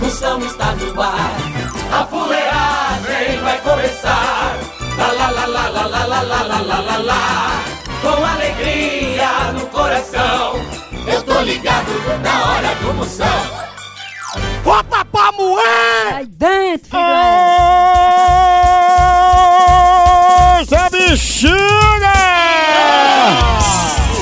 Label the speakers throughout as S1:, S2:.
S1: Moção está no ar, a fuleagem vai começar. Lá lá lá lá lá lá lá lá lá lá lá lá, com alegria no coração, eu tô ligado na hora do Moção.
S2: Bota pra moer!
S3: Aí dentro, filhão.
S2: Essa bexiga!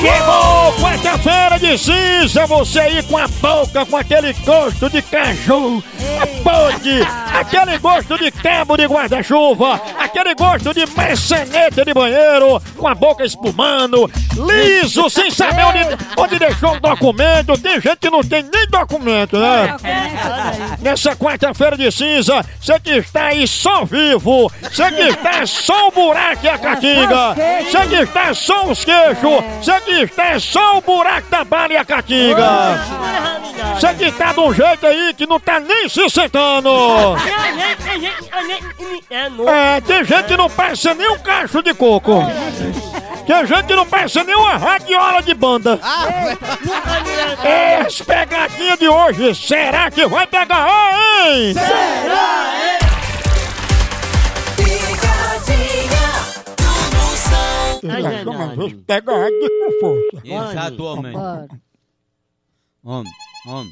S2: Chegou quarta-feira de cinza, você aí com a boca, com aquele gosto de caju, a podre, aquele gosto de cabo de guarda-chuva, aquele gosto de maçaneta de banheiro, com a boca espumando, liso, sem saber onde, onde deixou o documento, tem gente que não tem nem documento, né? Nessa quarta-feira de cinza, você que está aí só vivo, você que está só o buraco e a catinga, você que está só os queixos, você que está só o buraco da bala e a catinga, você que está de um jeito aí que não está nem se sentando. É, tem gente que não passa nem um cacho de coco. Tem gente que não passa nem uma radiola de banda. É, As pegadinhas de hoje, será que vai pegar, hein?
S1: Picadinha do Moção.
S2: Vamos ver se pega a de com força.
S4: Exatamente.
S3: Bora.
S4: Homem, homem.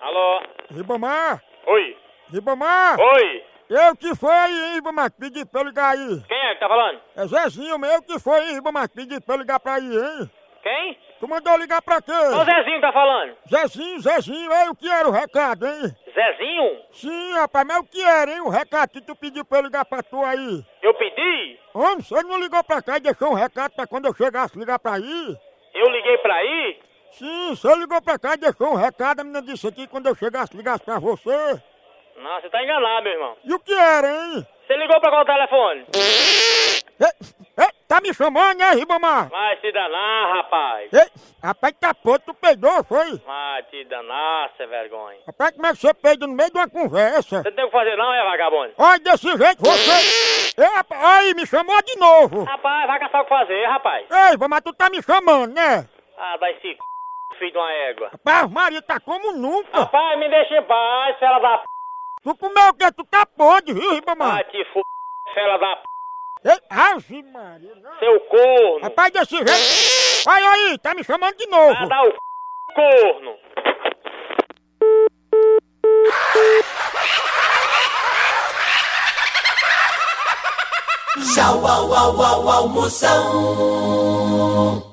S5: Alô?
S2: Ribamar,
S5: Oi?
S2: Ribamar,
S5: Oi?
S2: eu que fui, hein, Ribamar, que pedi pra eu ligar aí.
S5: Quem é que tá falando?
S2: É Zezinho meu que foi, hein, Ribamar, que pedi pra eu ligar pra aí, hein.
S5: Quem?
S2: Tu mandou ligar pra quê?
S5: É o Zezinho que tá falando.
S2: Zezinho, Zezinho, é o que era o recado, hein?
S5: Zezinho?
S2: Sim, rapaz, mas o que era, hein, o recado que tu pediu pra eu ligar pra tu aí?
S5: Eu pedi?
S2: Homem, você não ligou pra cá e deixou um recado pra quando eu chegasse ligar pra aí?
S5: Eu liguei pra aí?
S2: Sim, você ligou pra cá e deixou um recado, a menina disse aqui quando eu chegasse ligasse pra você.
S5: Não, você tá enganado, meu irmão.
S2: E o que era, hein?
S5: Você ligou pra qual telefone?
S2: Ei, ei, tá me chamando, né, Ribamar?
S5: Vai se danar, rapaz.
S2: Ei, rapaz, tá podre, tu peidou, foi?
S5: Vai te danar, cê vergonha.
S2: Rapaz, como é que você peida no meio de uma conversa?
S5: Você não tem o que fazer não, é vagabundo?
S2: Olha, desse jeito você... Ei, rapaz, aí, me chamou de novo.
S5: Rapaz, vai caçar o que fazer, rapaz.
S2: Ei, Ribamar, tu tá me chamando, né?
S5: Ah, vai se c... filho de uma égua.
S2: Rapaz, Maria, tá como nunca.
S5: Rapaz, me deixa em paz, fela da p...
S2: Tu comeu o quê? Tu tá podre, viu,
S5: Vai
S2: Ribamar?
S5: te f... fela da p...
S2: Ei, ave Maria, não.
S5: seu corno.
S2: Rapaz, desse jeito... Aí, aí, tá me chamando de novo.
S5: Vai dar o c... corno.
S1: Tchau, au, au, au, au, Moção.